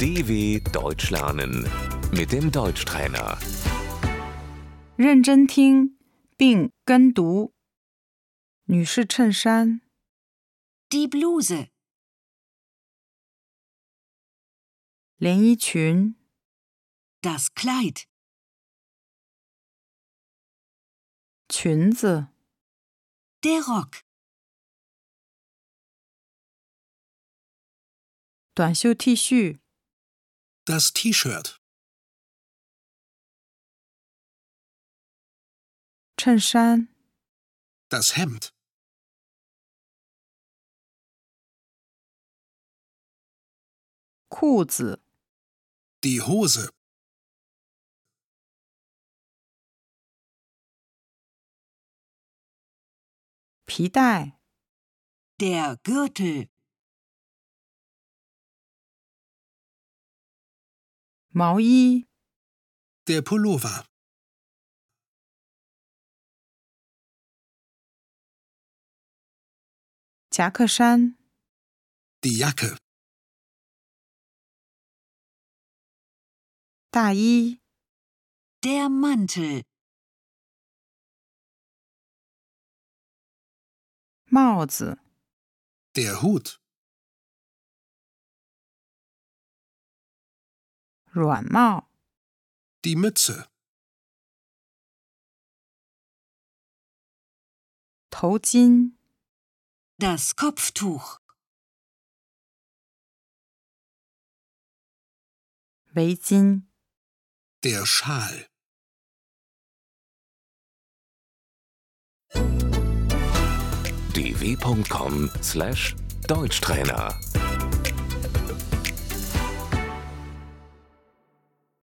DW Deutsch lernen mit dem Deutschtrainer. 认真听并跟读。女士衬衫、 Die Bluse, 连衣裙、 das Kleid, 裙子、 der Rock, 短袖 T 恤、 Das T-Shirt, 衬衫、 das Hemd, 裤子、 die Hose, 皮带、 der Gürtel, 毛衣、 der Pullover, 夹克衫、 die Jacke, 大衣、 der Mantel, 帽子、 der Hut, 软帽、 die Mütze, 头巾、 das Kopftuch, 围巾、 der Schal. dw.com/deutschtrainer